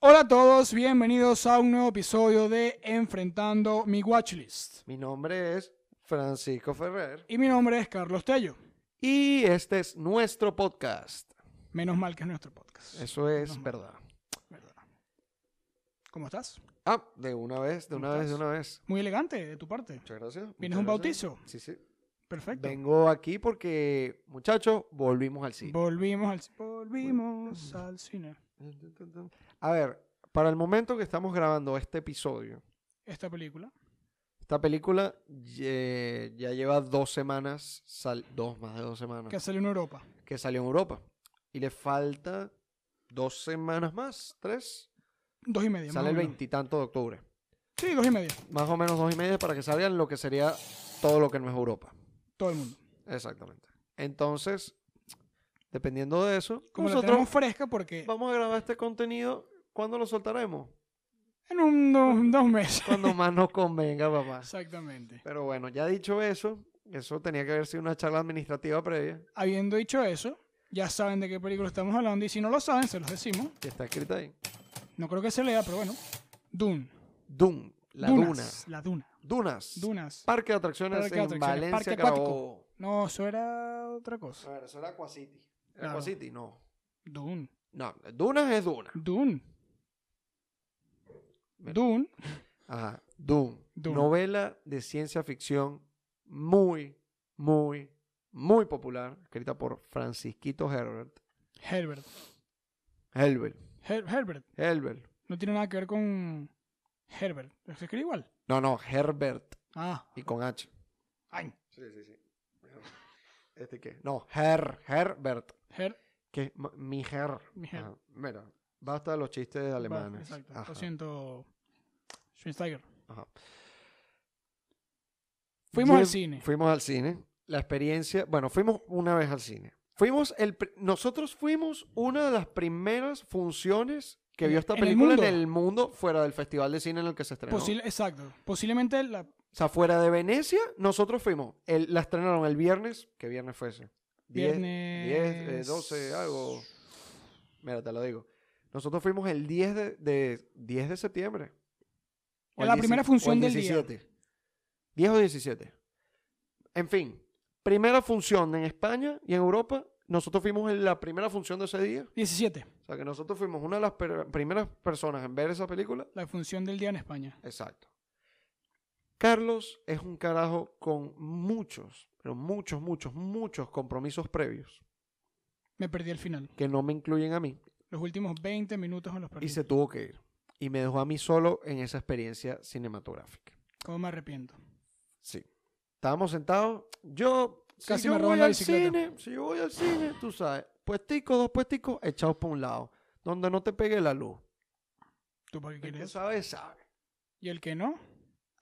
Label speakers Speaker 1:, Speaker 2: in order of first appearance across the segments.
Speaker 1: Hola a todos, bienvenidos a un nuevo episodio de Enfrentando mi Watchlist.
Speaker 2: Mi nombre es Francisco Ferrer
Speaker 1: Y mi nombre es Carlos Tello.
Speaker 2: y este es nuestro podcast.
Speaker 1: Menos mal que es nuestro podcast.
Speaker 2: Eso es
Speaker 1: Menos mal.
Speaker 2: verdad.
Speaker 1: ¿verdad? ¿Cómo estás?
Speaker 2: Ah, de una vez, de una
Speaker 1: ¿Cómo
Speaker 2: vez, de
Speaker 1: estás?
Speaker 2: una vez.
Speaker 1: Muy elegante de tu parte.
Speaker 2: Muchas gracias.
Speaker 1: ¿Vienes a
Speaker 2: muchas
Speaker 1: un
Speaker 2: gracias.
Speaker 1: bautizo?
Speaker 2: Sí, sí.
Speaker 1: Perfecto.
Speaker 2: Vengo aquí porque, muchachos, volvimos al cine.
Speaker 1: Volvimos al volvimos al cine.
Speaker 2: A ver, para el momento que estamos grabando este episodio,
Speaker 1: Esta película.
Speaker 2: esta película ye- ya lleva dos semanas, sal- dos más de dos semanas,
Speaker 1: que salió en Europa.
Speaker 2: que salió en Europa. Y le falta dos semanas más, tres.
Speaker 1: Dos y media.
Speaker 2: Sale
Speaker 1: más o
Speaker 2: el
Speaker 1: menos.
Speaker 2: veintitanto de octubre.
Speaker 1: Sí, dos y media.
Speaker 2: Más o menos dos y media para que salgan lo que sería todo lo que no es Europa.
Speaker 1: Todo el mundo.
Speaker 2: Exactamente. Entonces, dependiendo de eso,
Speaker 1: Como la
Speaker 2: nosotros
Speaker 1: tenemos fresca porque
Speaker 2: vamos a grabar este contenido cuando lo soltaremos.
Speaker 1: en un, dos, dos meses.
Speaker 2: Cuando más nos convenga, papá.
Speaker 1: Exactamente.
Speaker 2: Pero bueno, ya dicho eso, eso tenía que haber sido una charla administrativa previa,
Speaker 1: Habiendo dicho eso, ya saben de qué película estamos hablando y si no lo saben, se los decimos.
Speaker 2: que está escrita ahí.
Speaker 1: No creo que se lea, pero bueno. Dune.
Speaker 2: Dune, la
Speaker 1: Dunas, La duna.
Speaker 2: duna. Dunas.
Speaker 1: Dunas.
Speaker 2: Parque de atracciones
Speaker 1: Parque de
Speaker 2: en
Speaker 1: atracciones, parque
Speaker 2: Valencia, Carabobo.
Speaker 1: No, eso era otra cosa.
Speaker 2: A ver, eso era Aquacity.
Speaker 1: Claro.
Speaker 2: Aquacity, no.
Speaker 1: Dune.
Speaker 2: No, Dunas es Duna.
Speaker 1: Dune.
Speaker 2: Mira.
Speaker 1: Dune.
Speaker 2: Ajá. Dune.
Speaker 1: Dune.
Speaker 2: Novela de ciencia ficción muy, muy, muy popular. Escrita por Francisquito Herbert.
Speaker 1: Herbert.
Speaker 2: Herbert.
Speaker 1: Her- Herbert.
Speaker 2: Herbert.
Speaker 1: No tiene nada que ver con Herbert. Se escribe igual.
Speaker 2: No, no, Herbert.
Speaker 1: Ah.
Speaker 2: Y con H.
Speaker 1: Ay.
Speaker 2: Sí, sí, sí. ¿Este qué? No, Her, Herbert.
Speaker 1: Her-
Speaker 2: Que m- mi Her.
Speaker 1: Mi Her.
Speaker 2: Ajá. Mira, basta de los chistes
Speaker 1: Va,
Speaker 2: alemanes.
Speaker 1: Exacto.
Speaker 2: Ajá,
Speaker 1: Lo siento. Schweinsteiger.
Speaker 2: ajá.
Speaker 1: Fuimos al
Speaker 2: Lle-
Speaker 1: cine.
Speaker 2: Fuimos al cine. La experiencia, bueno, fuimos una vez al cine. Fuimos el, pr- nosotros fuimos una de las primeras funciones que
Speaker 1: En-
Speaker 2: vio esta
Speaker 1: en el
Speaker 2: película en
Speaker 1: mundo.
Speaker 2: el mundo fuera del festival de cine en el que se estrenó.
Speaker 1: Posible- exacto. Posiblemente la.
Speaker 2: o sea, fuera de Venecia, nosotros fuimos. El- la estrenaron el viernes. ¿Qué viernes fue ese? Diez-
Speaker 1: Viernes.
Speaker 2: 10, eh, 12, algo. Mira, te lo digo. Nosotros fuimos el 10 de, de- 10 de septiembre.
Speaker 1: En la primera función del día.
Speaker 2: 10 o 17. En fin, primera función en España y en Europa. Nosotros fuimos en la primera función de ese día.
Speaker 1: 17.
Speaker 2: O sea, que nosotros fuimos una de las per- primeras personas en ver esa película.
Speaker 1: La función del día en España.
Speaker 2: Exacto. Carlos es un carajo con muchos, pero muchos, muchos, muchos compromisos previos
Speaker 1: Me perdí el final.
Speaker 2: que no me incluyen a mí.
Speaker 1: Los últimos 20 minutos en los
Speaker 2: y
Speaker 1: perdí.
Speaker 2: se tuvo que ir. Y me dejó a mí solo en esa experiencia cinematográfica.
Speaker 1: ¿Cómo me arrepiento?
Speaker 2: Sí. Estábamos sentados. Yo, si
Speaker 1: Casi
Speaker 2: yo
Speaker 1: me roban
Speaker 2: voy
Speaker 1: la
Speaker 2: al
Speaker 1: bicicleta.
Speaker 2: cine, si yo voy al cine, tú sabes, puesticos, dos puesticos, echados por un lado, donde no te pegue la luz.
Speaker 1: ¿Tú para qué
Speaker 2: El que
Speaker 1: quieres?
Speaker 2: sabe, sabe.
Speaker 1: Y el que no, ve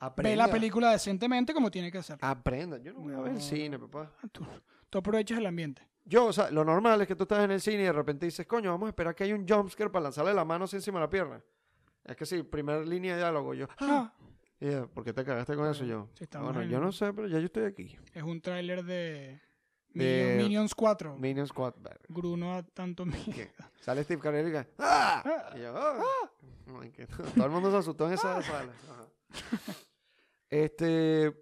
Speaker 2: Aprenda.
Speaker 1: la película decentemente como tiene que hacer.
Speaker 2: Aprenda. Yo no voy a ver el
Speaker 1: No.
Speaker 2: cine, papá.
Speaker 1: Tú, tú aprovechas el ambiente.
Speaker 2: Yo, o sea, lo normal es que tú estás en el cine y de repente dices, coño, vamos a esperar que haya un jumpscare para lanzarle la mano así encima de la pierna. Es que sí, primer línea de diálogo. Yo, ah,
Speaker 1: Ah,
Speaker 2: Y ella, ¿por qué te cagaste con eso? Yo,
Speaker 1: Sí, estamos
Speaker 2: bueno,
Speaker 1: en-
Speaker 2: yo no sé, pero ya yo estoy aquí.
Speaker 1: es un tráiler de,
Speaker 2: De-
Speaker 1: Minion- Minions 4.
Speaker 2: Minions 4. verga.
Speaker 1: Gruno a tanto miedo.
Speaker 2: ¿Qué? Sale Steve Carell y dice, ¡ah!
Speaker 1: Ah.
Speaker 2: Y yo, "Ah". Ay, que- Todo el mundo se asustó en esa sala. Ajá. Este,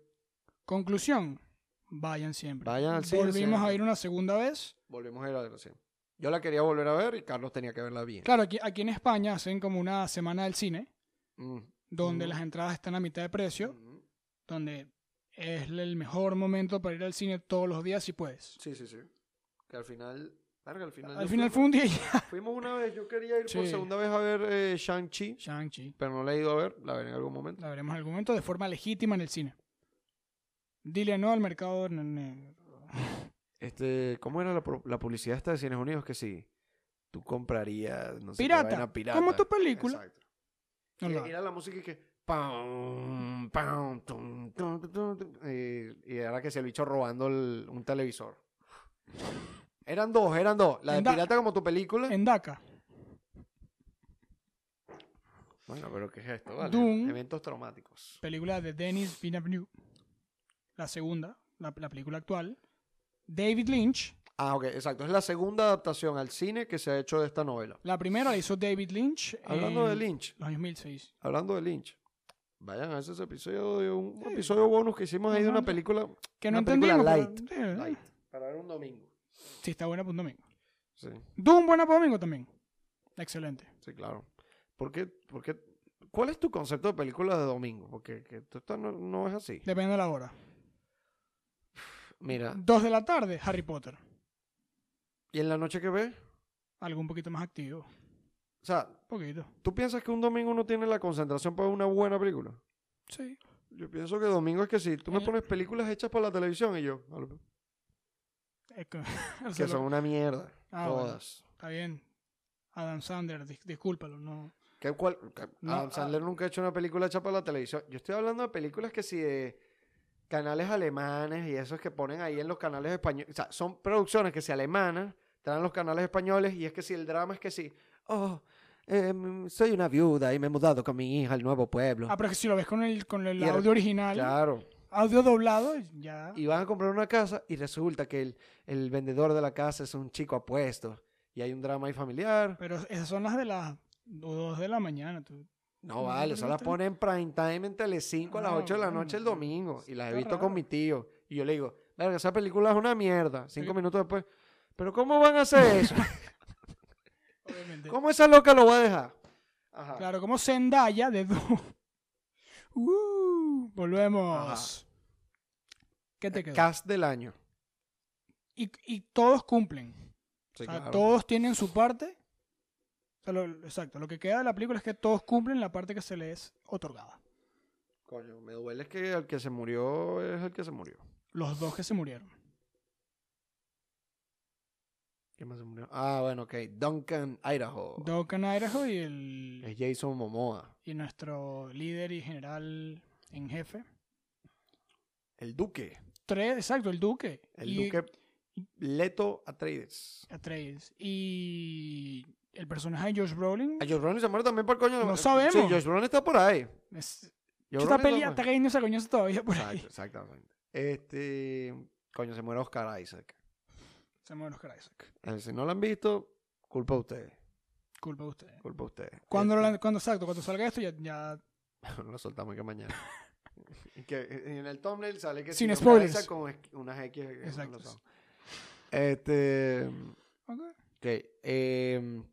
Speaker 1: Conclusión. Vayan siempre.
Speaker 2: Vayan al cine
Speaker 1: Volvimos a
Speaker 2: siempre.
Speaker 1: ir una segunda vez.
Speaker 2: volvemos a ir a ver, sí. Yo la quería volver a ver y Carlos tenía que verla bien.
Speaker 1: Claro, aquí, aquí en España hacen como una semana del cine,
Speaker 2: Mm.
Speaker 1: donde
Speaker 2: Ujú.
Speaker 1: las entradas están a mitad de precio,
Speaker 2: Mm.
Speaker 1: donde es el mejor momento para ir al cine todos los días si puedes.
Speaker 2: Sí, sí, sí. Que al final, verga, al final.
Speaker 1: Al
Speaker 2: no
Speaker 1: final fue
Speaker 2: fuimos.
Speaker 1: un día ya.
Speaker 2: Fuimos una vez, yo quería ir por
Speaker 1: Sí.
Speaker 2: segunda vez a ver eh, Shang-Chi,
Speaker 1: Shang-Chi.
Speaker 2: pero no la he ido a ver, la veré en algún momento.
Speaker 1: La veremos en algún momento de forma legítima en el cine. Dile no al mercado ne- ne-
Speaker 2: Este, ¿cómo era la, pro- la publicidad esta de Cines Unidos? Que sí, tú comprarías, no sé, qué
Speaker 1: Pirata,
Speaker 2: vaina pirata.
Speaker 1: como tu película.
Speaker 2: Exacto.
Speaker 1: No,
Speaker 2: Y
Speaker 1: no.
Speaker 2: era la música y que. pam, pam, tum, tum, tum, tum, tum, Y, y era que se el bicho robando el- un televisor. Eran dos, eran dos. La de
Speaker 1: En da-
Speaker 2: Pirata como tu película.
Speaker 1: En DACA.
Speaker 2: Bueno, pero ¿qué es esto? Vale.
Speaker 1: Dune.
Speaker 2: Eventos traumáticos.
Speaker 1: película de Denis Villeneuve, la segunda, la, la película actual. David Lynch,
Speaker 2: Ah, ok, exacto. Es la segunda adaptación al cine que se ha hecho de esta novela.
Speaker 1: La primera la hizo David Lynch.
Speaker 2: Hablando
Speaker 1: en
Speaker 2: de Lynch,
Speaker 1: Los 2006.
Speaker 2: hablando de Lynch, vayan a ese episodio, un un episodio bonus que hicimos ahí de una
Speaker 1: Hablando-
Speaker 2: película
Speaker 1: Que no
Speaker 2: Una película
Speaker 1: entendimos.
Speaker 2: light,
Speaker 1: pero- ¿eh?
Speaker 2: light, para ver un domingo.
Speaker 1: Sí, está buena para un domingo.
Speaker 2: Sí,
Speaker 1: Doom buena para domingo también. Excelente.
Speaker 2: sí, claro. ¿Por qué, por qué- ¿Cuál es tu concepto de película de domingo? Porque que tú estás- no, no es así.
Speaker 1: Dependiendo de la hora.
Speaker 2: Mira,
Speaker 1: Dos de la tarde, Harry Potter.
Speaker 2: ¿y en la noche qué ves?
Speaker 1: Algo un poquito más activo.
Speaker 2: O sea,
Speaker 1: poquito.
Speaker 2: ¿tú piensas que un domingo no tiene la concentración para una buena película?
Speaker 1: Sí.
Speaker 2: Yo pienso que domingo es que si tú me
Speaker 1: Eh.
Speaker 2: pones películas hechas por la televisión y yo, "Al-
Speaker 1: Es que- o sea,
Speaker 2: que
Speaker 1: lo-
Speaker 2: son una mierda.
Speaker 1: Ah, bueno.
Speaker 2: todas.
Speaker 1: Está bien. Adam Sanders, dis- discúlpalo. No.
Speaker 2: ¿Qué cual- qué-
Speaker 1: No,
Speaker 2: Adam
Speaker 1: ah.
Speaker 2: Sandler nunca ha hecho una película hecha para la televisión. Yo estoy hablando de películas que si de canales alemanes y esos que ponen ahí en los canales españoles. O sea, son producciones que si alemanas traen los canales españoles y es que si el drama es que si. Oh, em, soy una viuda y me he mudado con mi hija al nuevo pueblo.
Speaker 1: Ah, pero es que si lo ves con el, con el
Speaker 2: Y el-
Speaker 1: audio original,
Speaker 2: claro.
Speaker 1: audio doblado, ya.
Speaker 2: Y van a comprar una casa y resulta que el, el vendedor de la casa es un chico apuesto. Y hay un drama ahí familiar.
Speaker 1: Pero esas son las de las 2 de la mañana. tú.
Speaker 2: No
Speaker 1: No,
Speaker 2: vale,
Speaker 1: pero
Speaker 2: eso
Speaker 1: no
Speaker 2: las
Speaker 1: te-
Speaker 2: ponen prime time en Telecinco a las
Speaker 1: Ah,
Speaker 2: 8 de la
Speaker 1: bueno,
Speaker 2: noche el
Speaker 1: pero
Speaker 2: domingo. Y las he
Speaker 1: está
Speaker 2: visto con
Speaker 1: raro.
Speaker 2: mi tío. Y yo le digo, verga, esa película es una mierda. Cinco
Speaker 1: Sí.
Speaker 2: minutos después. Pero ¿cómo van a hacer eso?
Speaker 1: Obviamente.
Speaker 2: ¿Cómo esa loca lo va a dejar? Ajá.
Speaker 1: Claro, como Zendaya de Doom. Uh, volvemos. ¿Qué te quedó?
Speaker 2: Cast del año.
Speaker 1: Y, y todos cumplen.
Speaker 2: Sí,
Speaker 1: O sea,
Speaker 2: claro.
Speaker 1: todos tienen su parte. O sea, lo- exacto. Lo que queda de la película es que todos cumplen la parte que se les es otorgada.
Speaker 2: Coño, me duele que el que se murió es el que se murió.
Speaker 1: Los dos que se murieron.
Speaker 2: ¿Quién más se murió? Ah, bueno, ok. Duncan Idaho.
Speaker 1: Duncan Idaho y el.
Speaker 2: es Jason Momoa.
Speaker 1: y nuestro líder y general en jefe.
Speaker 2: El Duque.
Speaker 1: Tres, exacto, el duque.
Speaker 2: El
Speaker 1: y
Speaker 2: Duque Leto Atreides.
Speaker 1: Atreides. Y el personaje de Josh Brolin.
Speaker 2: A Josh Brolin se muere también por coño.
Speaker 1: No
Speaker 2: Sí,
Speaker 1: sabemos.
Speaker 2: Josh Brolin está por ahí.
Speaker 1: Es,
Speaker 2: Josh
Speaker 1: esta peli
Speaker 2: Brolin está por ahí.
Speaker 1: Atreides no se conoce todavía por ahí.
Speaker 2: Exacto, exactamente. Este. Coño, se muere Oscar Isaac.
Speaker 1: Se mueven los caras.
Speaker 2: Eh, Si no lo han visto, culpa a ustedes.
Speaker 1: Culpa de ustedes.
Speaker 2: Culpa a ustedes.
Speaker 1: Cuando,
Speaker 2: Este,
Speaker 1: lo- cuando, exacto, cuando salga esto, ya. ya-
Speaker 2: lo soltamos que mañana. Y que eh, en el thumbnail sale que
Speaker 1: Sin
Speaker 2: si Oscar
Speaker 1: spoilers.
Speaker 2: Isaac con es- unas X. eh,
Speaker 1: Exacto.
Speaker 2: lo son. Este.
Speaker 1: Ok.
Speaker 2: Ok. em,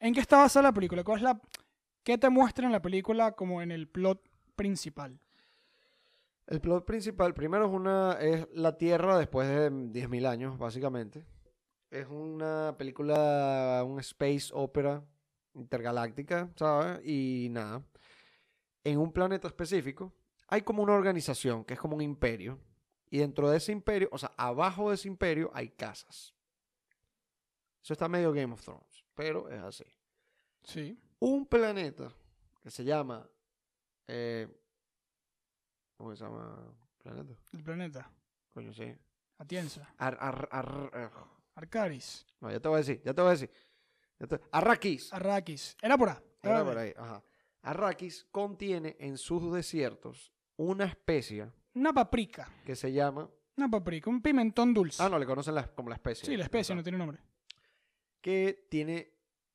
Speaker 1: ¿En qué está basada la película? ¿Cuál es la, ¿Qué te muestra en la película como en el plot principal?
Speaker 2: el plot principal, primero es una. Es la Tierra después de 10.000 años, básicamente. Es una película, un space opera intergaláctica, ¿sabes? Y nada. En un planeta específico hay como una organización que es como un imperio. Y dentro de ese imperio, o sea, abajo de ese imperio hay casas. Eso está medio Game of Thrones, pero es así.
Speaker 1: Sí.
Speaker 2: un planeta que se llama. eh, ¿Cómo se llama? ¿Planeta?
Speaker 1: El planeta.
Speaker 2: Coño, sí.
Speaker 1: Atienza.
Speaker 2: Ar- ar- ar- ar-
Speaker 1: Arcaris.
Speaker 2: No, ya te voy a decir, ya te voy a decir. Ya te- Arrakis.
Speaker 1: Ah, Arrakis. Era por ahí.
Speaker 2: Era por ahí, ajá. Arrakis contiene en sus desiertos una especie
Speaker 1: Una paprika.
Speaker 2: que se llama.
Speaker 1: Una paprika. Un pimentón dulce.
Speaker 2: Ah, no, le conocen la- como la especie.
Speaker 1: Sí, la especie no
Speaker 2: Ajá.
Speaker 1: tiene nombre.
Speaker 2: Que tiene.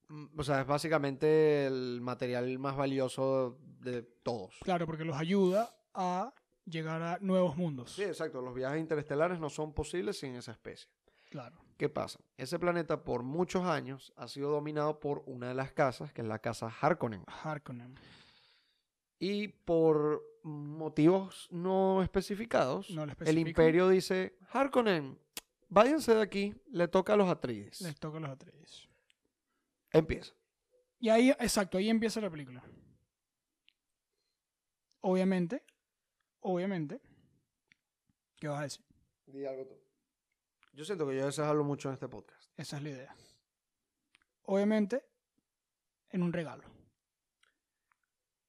Speaker 2: mm, O sea, es básicamente el material más valioso de todos.
Speaker 1: Claro, porque los ayuda a llegar a nuevos mundos.
Speaker 2: Sí, exacto. Los viajes interestelares no son posibles sin esa especie.
Speaker 1: Claro.
Speaker 2: ¿Qué pasa? Ese planeta por muchos años ha sido dominado por una de las casas, que es la casa Harkonnen.
Speaker 1: Harkonnen.
Speaker 2: Y por motivos no especificados,
Speaker 1: No lo
Speaker 2: el
Speaker 1: especifican.
Speaker 2: imperio dice, Harkonnen, váyanse de aquí, le toca a los Atrides.
Speaker 1: Les toca los Atreides.
Speaker 2: Empieza.
Speaker 1: Y ahí, exacto, ahí empieza la película. Obviamente, obviamente. ¿Qué vas a decir?
Speaker 2: Yo siento que yo a veces hablo mucho en este podcast.
Speaker 1: Esa es la idea. Obviamente, en un regalo.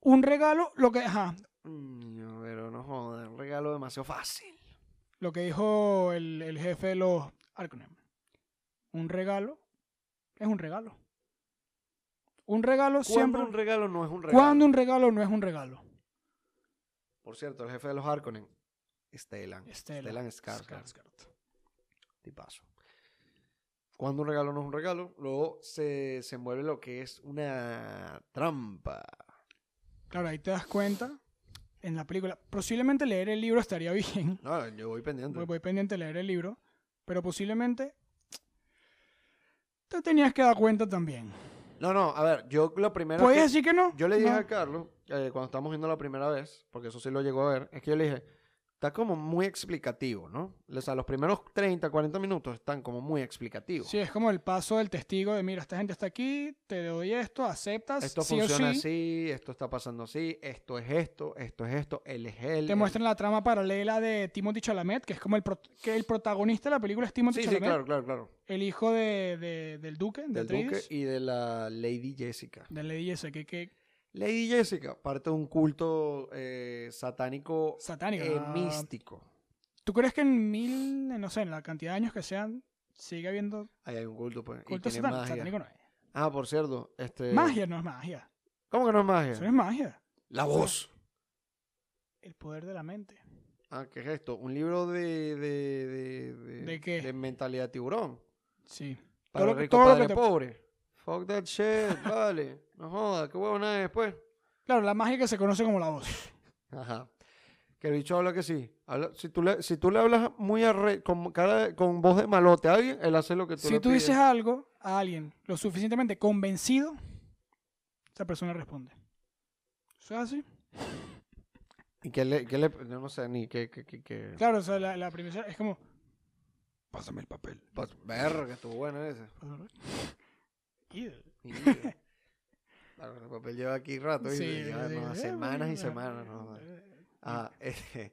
Speaker 1: Un regalo, lo que, ajá,
Speaker 2: Mm, pero no joder, un regalo demasiado fácil.
Speaker 1: lo que dijo el, el jefe de los Arkonnen. Un regalo es un regalo. Un regalo
Speaker 2: Siempre
Speaker 1: siempre.
Speaker 2: un regalo no es un regalo.
Speaker 1: Cuando un regalo no es un regalo.
Speaker 2: Por cierto, el jefe de los Harkonnen, Stellan.
Speaker 1: Stellan
Speaker 2: Stellan Skarsgård.
Speaker 1: Skarsgård.
Speaker 2: Tipazo. Cuando un regalo no es un regalo, luego se, se envuelve lo que es una trampa.
Speaker 1: Claro, ahí te das cuenta en la película. Posiblemente leer el libro estaría bien.
Speaker 2: No, yo voy pendiente.
Speaker 1: Voy, voy pendiente de leer el libro. Pero posiblemente te tenías que dar cuenta también.
Speaker 2: No, no, a ver, yo lo primero.
Speaker 1: ¿Puedes
Speaker 2: que-
Speaker 1: decir que no?
Speaker 2: Yo le dije
Speaker 1: No.
Speaker 2: a Carlos, eh, cuando estábamos viendo la primera vez, porque eso sí lo llegó a ver, es que yo le dije, está como muy explicativo, ¿no? O sea, los primeros 30, 40 minutos están como muy explicativos.
Speaker 1: Sí, es como el paso del testigo de, mira, esta gente está aquí, te doy esto, aceptas,
Speaker 2: Esto
Speaker 1: sí o
Speaker 2: funciona
Speaker 1: sí.
Speaker 2: así, esto está pasando así, esto es esto, esto es esto, él es él.
Speaker 1: Te
Speaker 2: él-
Speaker 1: muestran la trama paralela de Timothy Chalamet, que es como el, pro- que el protagonista de la película es Timothy
Speaker 2: Sí, sí,
Speaker 1: Chalamet,
Speaker 2: claro, claro, claro.
Speaker 1: el hijo de, de- del duque, de
Speaker 2: Del duque
Speaker 1: Atreides,
Speaker 2: y de la Lady Jessica.
Speaker 1: de Lady Jessica, que, que
Speaker 2: Lady Jessica, parte de un culto eh, satánico
Speaker 1: satánico. ah.
Speaker 2: eh,
Speaker 1: ¿no?
Speaker 2: místico.
Speaker 1: ¿Tú crees que en mil, no sé, en la cantidad de años que sean, sigue habiendo
Speaker 2: Ahí hay un culto, pues. y
Speaker 1: culto
Speaker 2: tiene
Speaker 1: satánico?
Speaker 2: magia.
Speaker 1: Satánico no es.
Speaker 2: Ah, por cierto, este...
Speaker 1: Magia no es magia.
Speaker 2: ¿Cómo que no es magia?
Speaker 1: Eso no es magia.
Speaker 2: La voz.
Speaker 1: El poder de la mente.
Speaker 2: Ah, ¿qué es esto? Un libro de... ¿De, de, de,
Speaker 1: ¿De qué?
Speaker 2: de mentalidad tiburón.
Speaker 1: Sí.
Speaker 2: Para
Speaker 1: Todo lo que-
Speaker 2: rico,
Speaker 1: todo lo
Speaker 2: padre
Speaker 1: que te-
Speaker 2: pobre. Fuck that shit, vale. No joda, qué huevo nada después.
Speaker 1: Claro, la magia que se conoce como la voz.
Speaker 2: Ajá. Que el bicho habla que sí. Habla- si, tú le, si tú le hablas muy arre- con, cara, de- con voz de malote a alguien, él hace lo que tú
Speaker 1: Si
Speaker 2: le
Speaker 1: tú
Speaker 2: pides.
Speaker 1: dices algo a alguien lo suficientemente convencido, esa persona responde. ¿Eso es así?
Speaker 2: ¿Y qué le, qué le- Yo no sé ni qué... qué, qué, qué-
Speaker 1: Claro, o sea, la, la premisa es como... Pásame el papel.
Speaker 2: Pas- Pues, Verga, estuvo buena esa.
Speaker 1: Y-
Speaker 2: Mierda. Claro, el papel lleva aquí rato y
Speaker 1: Sí,
Speaker 2: lleva
Speaker 1: sí,
Speaker 2: no,
Speaker 1: eh,
Speaker 2: semanas y
Speaker 1: bueno,
Speaker 2: semanas.
Speaker 1: eh,
Speaker 2: No, joda.
Speaker 1: eh,
Speaker 2: Ah, este...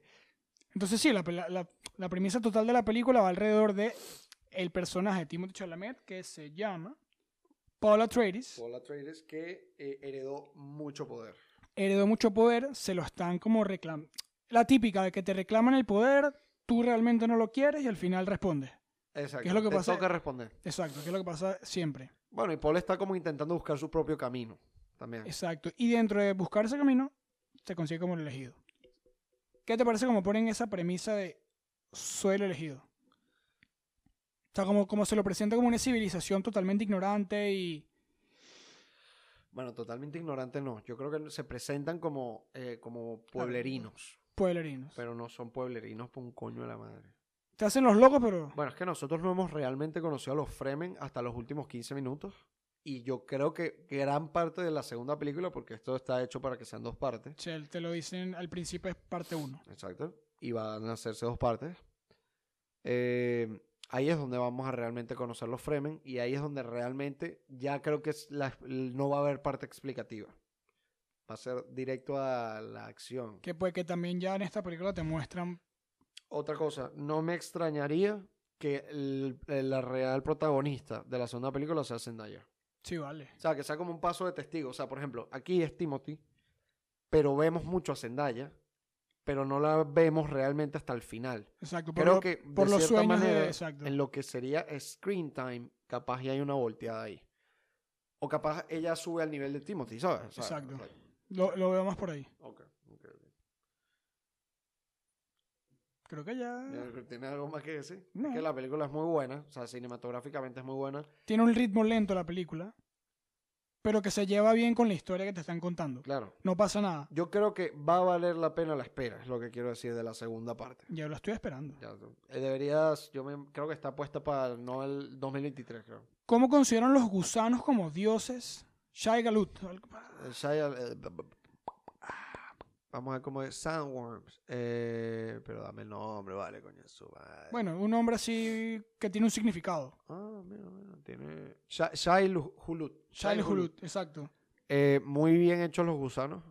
Speaker 1: Entonces sí, la, la- la- la premisa total de la película va alrededor de el personaje de Timothy Chalamet que se llama Paula Atreides.
Speaker 2: Paul Atreides que eh, heredó mucho poder.
Speaker 1: heredó mucho poder, se lo están como reclamando. La típica de que te reclaman el poder, tú realmente no lo quieres y al final respondes.
Speaker 2: Exacto.
Speaker 1: ¿Qué es lo que
Speaker 2: Te
Speaker 1: pasa?
Speaker 2: toca responder.
Speaker 1: Exacto, que es lo que pasa siempre.
Speaker 2: Bueno, y Paul está como intentando buscar su propio camino también.
Speaker 1: Exacto. Y dentro de buscar ese camino, se consigue como el elegido. ¿Qué te parece como ponen esa premisa de soy el elegido? O sea, como, como se lo presenta como una civilización totalmente ignorante y...
Speaker 2: Bueno, totalmente ignorante no. Yo creo que se presentan como, eh, como pueblerinos,
Speaker 1: pueblerinos.
Speaker 2: pero no son pueblerinos por un coño de la madre.
Speaker 1: Te hacen los locos, pero...
Speaker 2: Bueno, es que nosotros no hemos realmente conocido a los Fremen hasta los últimos 15 minutos. Y yo creo que gran parte de la segunda película, porque esto está hecho para que sean dos partes,
Speaker 1: Che, te lo dicen al principio, es parte 1.
Speaker 2: Exacto. Y van a hacerse dos partes. Eh, ahí es donde vamos a realmente conocer los Fremen y ahí es donde realmente ya creo que es la- no va a haber parte explicativa. Va a ser directo a la acción.
Speaker 1: Que pues que también ya en esta película te muestran
Speaker 2: Otra cosa, no me extrañaría que el- la real protagonista de la segunda película sea Zendaya.
Speaker 1: Sí, vale.
Speaker 2: O sea, que sea como un paso de testigo. O sea, por ejemplo, aquí es Timothy, pero vemos mucho a Zendaya, pero no la vemos realmente hasta el final.
Speaker 1: Exacto. Por,
Speaker 2: Creo
Speaker 1: lo-
Speaker 2: que
Speaker 1: por
Speaker 2: de
Speaker 1: los
Speaker 2: cierta
Speaker 1: sueños
Speaker 2: manera,
Speaker 1: de. Exacto.
Speaker 2: en lo que sería screen time, capaz ya hay una volteada ahí. O capaz ella sube al nivel de Timothy, ¿sabes? O sea,
Speaker 1: Exacto.
Speaker 2: o sea,
Speaker 1: Lo, lo veo más por ahí.
Speaker 2: ok, ok, ok.
Speaker 1: Creo que ya.
Speaker 2: Ya, Eh, ¿Tiene algo más que decir? Es
Speaker 1: No.
Speaker 2: que la película es muy buena, o sea, cinematográficamente es muy buena.
Speaker 1: Tiene un ritmo lento la película. Pero que se lleva bien con la historia que te están contando.
Speaker 2: Claro.
Speaker 1: No pasa nada.
Speaker 2: Yo creo que va a valer la pena la espera, es lo que quiero decir de la segunda parte.
Speaker 1: Ya lo estoy esperando.
Speaker 2: Ya, eh, deberías, yo me- creo que está puesta para no el 2023, creo.
Speaker 1: ¿Cómo consideran los gusanos como dioses? Shai Galut.
Speaker 2: Eh, Shia, eh, b- b- Vamos a ver cómo es Sandworms. Eh, pero dame el nombre, vale, coño, su madre.
Speaker 1: Bueno, un hombre así que tiene un significado.
Speaker 2: Ah, mira, mira, tiene. Sha- Shail Hulut.
Speaker 1: Shai
Speaker 2: Shail Hulut.
Speaker 1: Galut, exacto.
Speaker 2: Eh, muy bien hechos los gusanos.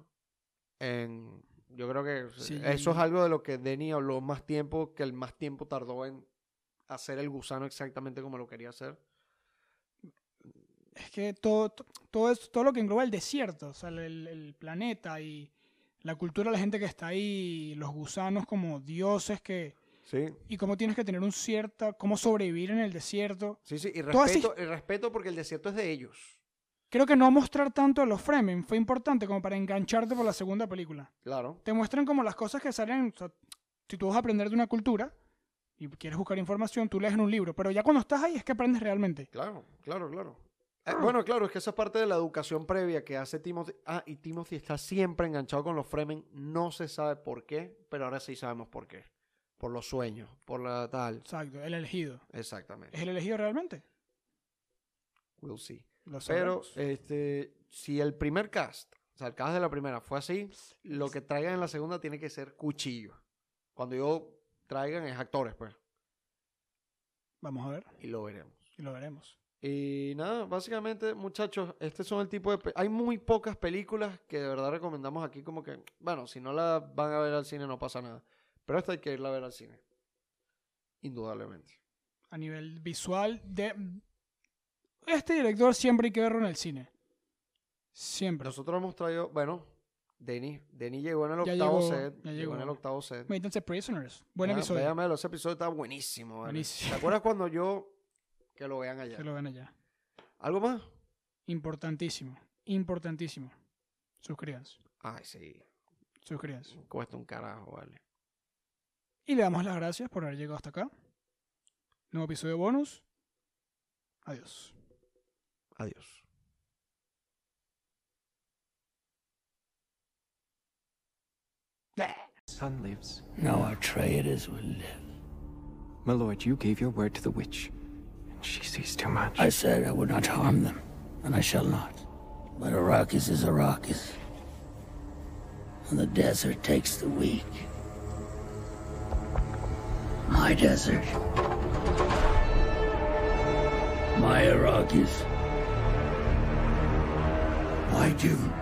Speaker 2: En- yo creo que
Speaker 1: Sí.
Speaker 2: eso es algo de lo que Denny habló más tiempo, que el más tiempo tardó en hacer el gusano exactamente como lo quería hacer.
Speaker 1: Es que todo, to- todo, es, todo lo que engloba el desierto, o sea, el, el planeta y la cultura de la gente que está ahí, los gusanos como dioses que...
Speaker 2: Sí.
Speaker 1: Y cómo tienes que tener un cierto... cómo sobrevivir en el desierto.
Speaker 2: Sí, sí. Y
Speaker 1: Todas
Speaker 2: respeto, y respeto porque el desierto es de ellos.
Speaker 1: Creo que no mostrar tanto a los Fremen fue importante como para engancharte por la segunda película.
Speaker 2: Claro.
Speaker 1: Te muestran como las cosas que salen... o sea, si tú vas a aprender de una cultura, y quieres buscar información, tú lees en un libro. Pero ya cuando estás ahí es que aprendes realmente.
Speaker 2: Claro, claro, claro. Eh, bueno, claro, es que esa es parte de la educación previa que hace Timothy. Ah, y Timothy está siempre enganchado con los Fremen. No se sabe por qué, pero ahora sí sabemos por qué. Por los sueños, por la tal.
Speaker 1: Exacto, el elegido.
Speaker 2: Exactamente.
Speaker 1: ¿Es el elegido realmente?
Speaker 2: We'll see.
Speaker 1: Lo
Speaker 2: Pero,
Speaker 1: sabemos.
Speaker 2: este, si el primer cast, o sea, el cast de la primera fue así, lo que traigan en la segunda tiene que ser cuchillo. Cuando yo traigan es actores, pues.
Speaker 1: Vamos a ver
Speaker 2: Y lo veremos.
Speaker 1: y lo veremos.
Speaker 2: Y nada, básicamente, muchachos, este son el tipo de... pe- Hay muy pocas películas que de verdad recomendamos aquí como que, bueno, si no la van a ver al cine no pasa nada. Pero esta hay que irla a ver al cine. Indudablemente.
Speaker 1: A nivel visual, de... este director siempre hay que verlo en el cine. Siempre.
Speaker 2: Nosotros hemos traído, bueno, Denis. Denis llegó en el
Speaker 1: Ya
Speaker 2: octavo
Speaker 1: llegó,
Speaker 2: set.
Speaker 1: ya
Speaker 2: llegó, en
Speaker 1: llegó.
Speaker 2: el octavo set.
Speaker 1: Entonces, Prisoners. Buen
Speaker 2: Ah,
Speaker 1: episodio.
Speaker 2: véanmelo, ese episodio está buenísimo. vale.
Speaker 1: Buenísimo.
Speaker 2: ¿Te acuerdas cuando yo... Que lo vean allá.
Speaker 1: Que lo ven allá.
Speaker 2: ¿Algo más?
Speaker 1: Importantísimo. Importantísimo. Suscríbanse.
Speaker 2: Ay, sí.
Speaker 1: Suscríbanse.
Speaker 2: Cuesta un carajo, vale.
Speaker 1: Y le damos las gracias por haber llegado hasta acá. Nuevo episodio bonus. Adiós.
Speaker 2: Adiós.
Speaker 3: Sun lives.
Speaker 4: Now our traitors will live.
Speaker 3: My lord, you gave your word to the witch, and she sees too much.
Speaker 4: I said I would not harm them, and I shall not. But Arrakis is Arrakis. And the desert takes the weak. My desert. My Arrakis. My doom.